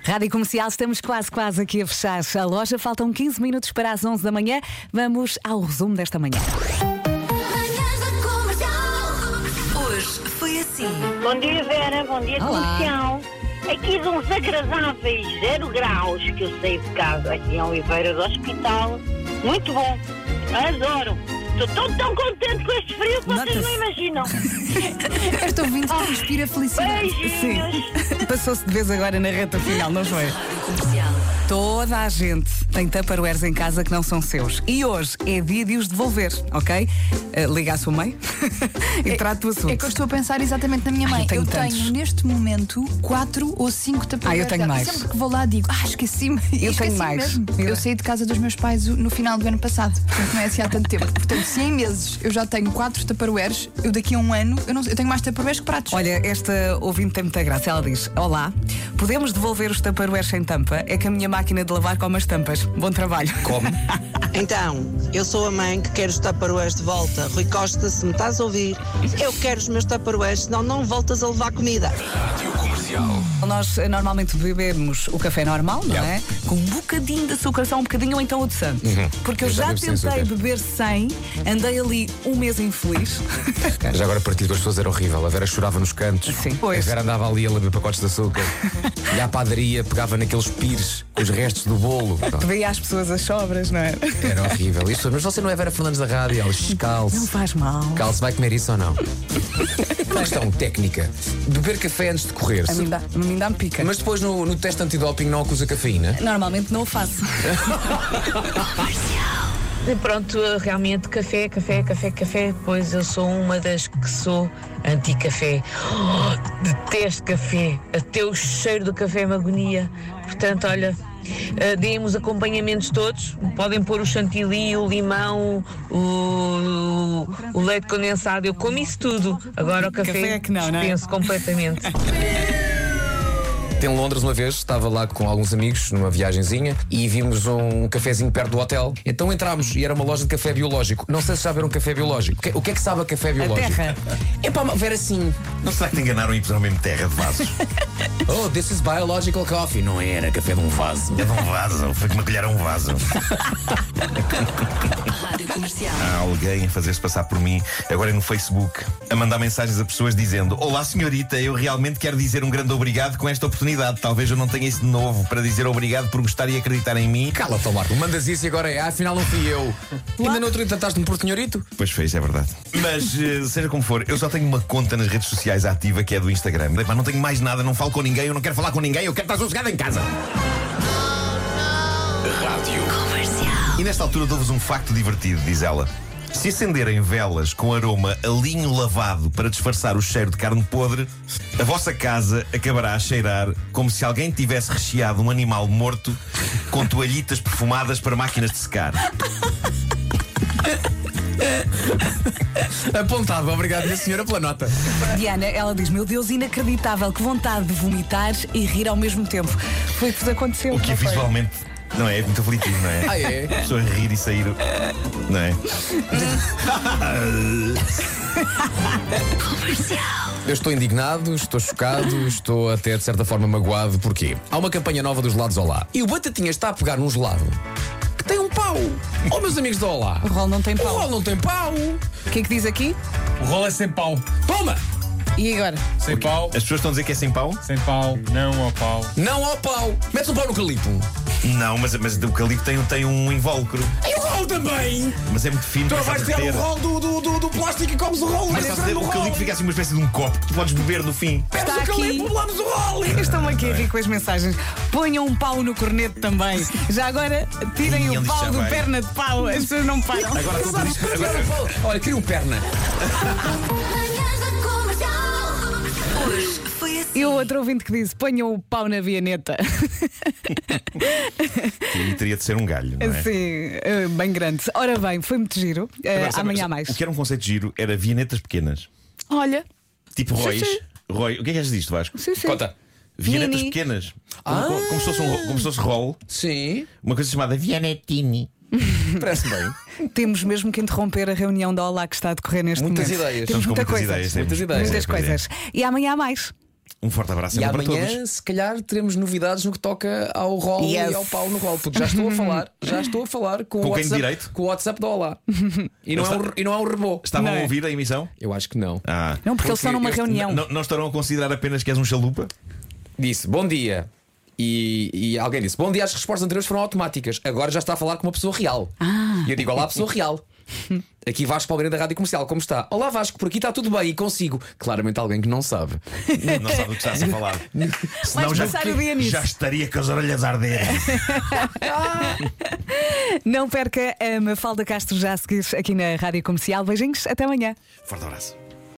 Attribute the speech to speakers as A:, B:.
A: Rádio Comercial, estamos quase, quase aqui a fechar a loja. Faltam 15 minutos para as 11 da manhã. Vamos ao resumo desta manhã.
B: Manhãs da Comercial. Hoje foi assim.
C: Bom dia, Vera. Bom dia,
A: Olá.
C: comercial. Aqui de uns agradáveis zero graus que eu saí de casa aqui em Oliveira do Hospital. Muito bom. Adoro. Estou tão, tão contente com este frio que vocês não
A: Nota-se.
C: imaginam.
D: Estou ouvindo que respira felicidade.
C: Beijinhos.
A: Passou-se de vez agora na reta final, não foi? Toda a gente tem tupperwares em casa que não são seus. E hoje é dia de os devolver, ok? Eh, Liga à sua mãe e trata do assunto.
D: É que eu estou a pensar exatamente na minha
A: Ai,
D: mãe.
A: eu tenho
D: eu tenho,
A: tantos.
D: neste momento quatro ou cinco tapetes.
A: Ah, eu tenho mais.
D: Sempre que vou lá digo, ah, esqueci-me.
A: tenho
D: Esqueci
A: mais.
D: Mesmo.
A: Eu-
D: Eu saí de casa dos meus pais no final do ano passado, portanto não é assim há tanto tempo. Portanto, se em meses eu já tenho quatro taparueres, eu daqui a um ano eu, não, eu tenho mais taparueres que pratos.
A: Olha, esta ouvinte tem muita graça. Ela diz: Olá, podemos devolver os tupperwares sem tampa? É que a minha máquina de lavar come as tampas. Bom trabalho. Como?
E: Então, eu sou a mãe que quer os taparoés de volta. Rui Costa, se me estás a ouvir, eu quero os meus taparoés, senão não voltas a levar comida.
A: Nós eh, normalmente bebemos o café normal, não é? Com um bocadinho de açúcar, só um bocadinho ou então o de santo. Porque eu,
F: Uhum. Eu já
A: já
F: bebo sem
A: tentei
F: açúcar.
A: beber sem, andei ali um mês infeliz.
F: É, Já agora partilho com as pessoas, era horrível. A Vera chorava nos cantos.
A: Sim.
F: A
A: Pois.
F: Vera andava ali a lamber pacotes de açúcar. e à padaria pegava naqueles pires, os restos do bolo.
A: Veio às pessoas as sobras, não é?
F: Era horrível. Isso, mas você não é Vera Fernandes da rádio, ela "Shh,
A: Não
F: calce.
A: faz mal.
F: Calce, vai comer isso ou não? É Uma questão técnica. Beber café antes de correr.
A: A
F: se-
A: mim dá- a mim dá-me pica.
F: Mas depois no, no teste antidoping não acusa cafeína.
A: Normalmente não o faço.
G: Pronto, realmente café, café, café, café, pois eu sou uma das que sou anti-café. Oh, detesto café, até o cheiro do café me agonia. Portanto, olha, eh, deem-me os acompanhamentos todos, podem pôr o chantilly, o limão, o, o leite condensado, eu como isso tudo. Agora o café,
A: Café é que não, não é?
G: dispenso completamente.
F: Em Londres, uma vez, estava lá com alguns amigos numa viagenzinha e vimos um cafezinho perto do hotel. Então entrámos e era uma loja de café biológico. Não sei se já viram café biológico. O que- O que é que sabe a café biológico?
A: terra.
F: É pá, ver assim.
H: Não será que te enganaram e puseram mesmo terra de vasos?
F: Oh, this is biological coffee. Não era café de um vaso.
H: É de um vaso, foi que me colheram um vaso.
B: Rádio Comercial.
H: Há alguém a fazer-se passar por mim, agora é no Facebook, a mandar mensagens a pessoas dizendo: Olá, senhorita, eu realmente quero dizer um grande obrigado com esta oportunidade. Talvez eu não tenha isso de novo para dizer obrigado por gostar e acreditar em mim.
F: Cala-te, ó, Marco. Mandas isso e agora é. "Ah, Afinal, não fui eu. Ainda no outro dia trataste-me por senhorito.
H: Pois fez, é verdade. Mas, eh, seja como for, eu só tenho uma conta nas redes sociais ativa que é do Instagram. Epá, não tenho mais nada, não falo com ninguém, eu não quero falar com ninguém, eu quero estar sossegado em casa. E nesta altura dou-vos um facto divertido, diz ela. Se acenderem velas com aroma a linho lavado para disfarçar o cheiro de carne podre, a vossa casa acabará a cheirar como se alguém tivesse recheado um animal morto com toalhitas perfumadas para máquinas de secar.
F: Apontado. Obrigado, minha senhora, pela nota.
A: Diana, ela diz: Meu Deus, inacreditável, que vontade de vomitar e rir ao mesmo tempo. Foi o que vos aconteceu.
H: O que é
A: não foi?
H: visualmente não é, é muito aflitivo, não é?
F: Ah, é?
H: A pessoa rir e sair. Não é?
F: Eu estou indignado, estou chocado, estou até de certa forma magoado. Porquê? Há uma campanha nova dos lados Olá. E o Batatinha está a pegar num gelado que tem um pau. Oh, meus amigos do Olá.
A: O rol não tem
F: O
A: pau.
F: rolo não tem pau.
A: O que é que diz aqui?
I: O rolo é sem pau.
F: Toma!
A: E agora?
I: Sem pau,
H: As pessoas estão a dizer que é sem pau?
I: sem pau, não ao pau.
F: Não ao pau. Metes um pau no calipo.
H: Não, mas, mas o calipo tem, tem um invólucro.
F: E o rolo também.
H: Mas é muito fino.
F: Tu não
H: mas
F: Então vais tirar
H: sabes ter.
F: o rolo do, do, do, do plástico e comes o rolo.
H: Mas
F: Vais
H: sabes
F: tirar
H: ter,
F: o
H: o
F: rolo.
H: calipo fica assim uma espécie de um copo que tu podes beber no fim.
F: Metes
A: Está
F: o
A: aqui.
F: calipo, bolamos o rolo.
A: Estão aqui a rir com as mensagens. Ponham um pau no corneto também. Já agora tirem
H: Ih,
A: o
H: ele
A: pau
H: já
A: do
H: vai.
A: perna de pau. As pessoas não param.
H: Agora tu
F: Sabes, para tirar o rolo. Olha, queria um perna.
B: Manhãs da Comercial. Hoje foi assim.
A: E o outro ouvinte que disse: ponham o pau na vianeta.
H: E teria de ser um galho, não é?
A: Assim, eh, bem grande. Ora bem, foi muito giro. Eh,
H: Agora, sabe-
A: amanhã há
H: sabe-
A: mais.
H: O que é? era um conceito giro era vianetas pequenas.
A: Olha,
H: Tipo Roy's. Roy, o que é que achas disto, Vasco?
A: sim, sim.
F: Conta.
H: Vianetas
A: Mini.
H: pequenas. Como, como se fosse um, ro- como se fosse roll,
F: Sim.
H: uma coisa chamada Vianetini.
F: Parece bem.
H: é
A: Temos mesmo que interromper a reunião da Olá que está a decorrer neste
F: Muitas
A: momento.
F: ideias.
A: Temos
H: Estamos com
A: muita
H: muitas
A: coisa.
H: ideias,
F: muitas
H: temos.
F: ideias.
A: Muitas coisas. E amanhã há mais.
H: Um forte abraço
F: E
H: então para
F: amanhã,
H: todos.
F: se calhar, teremos novidades no que toca ao rol
A: Yes.
F: e ao pau no rol. Porque já estou a falar, já estou a falar com,
H: Com
F: o,
H: quem de
F: WhatsApp,
H: direito?
F: com o WhatsApp do Olá. E não,
H: Não
F: é um,
H: está-
F: e não é um rebô.
H: Estavam
A: Não
H: a
A: é?
H: ouvir a emissão?
F: Eu acho que não.
H: Ah.
A: Não, porque eles estão numa
H: eu-
A: reunião.
H: Não, não estarão a considerar apenas que és um chalupa?
F: Disse bom dia. E, e alguém disse: Bom dia, as respostas anteriores foram automáticas. Agora já está a falar com uma pessoa real. E eu digo: Olá, pessoa real. Aqui Vasco Palmeira da Rádio Comercial, como está? Olá Vasco, por aqui está tudo bem e consigo. Claramente alguém que não sabe.
H: Não sabe do que estás a falar. Senão
A: Vais
H: já,
A: passar o dia nisso.
H: já estaria com as orelhas a arder.
A: Não perca a Mafalda Castro já a seguir aqui na Rádio Comercial. Beijinhos, até amanhã.
H: Forte abraço.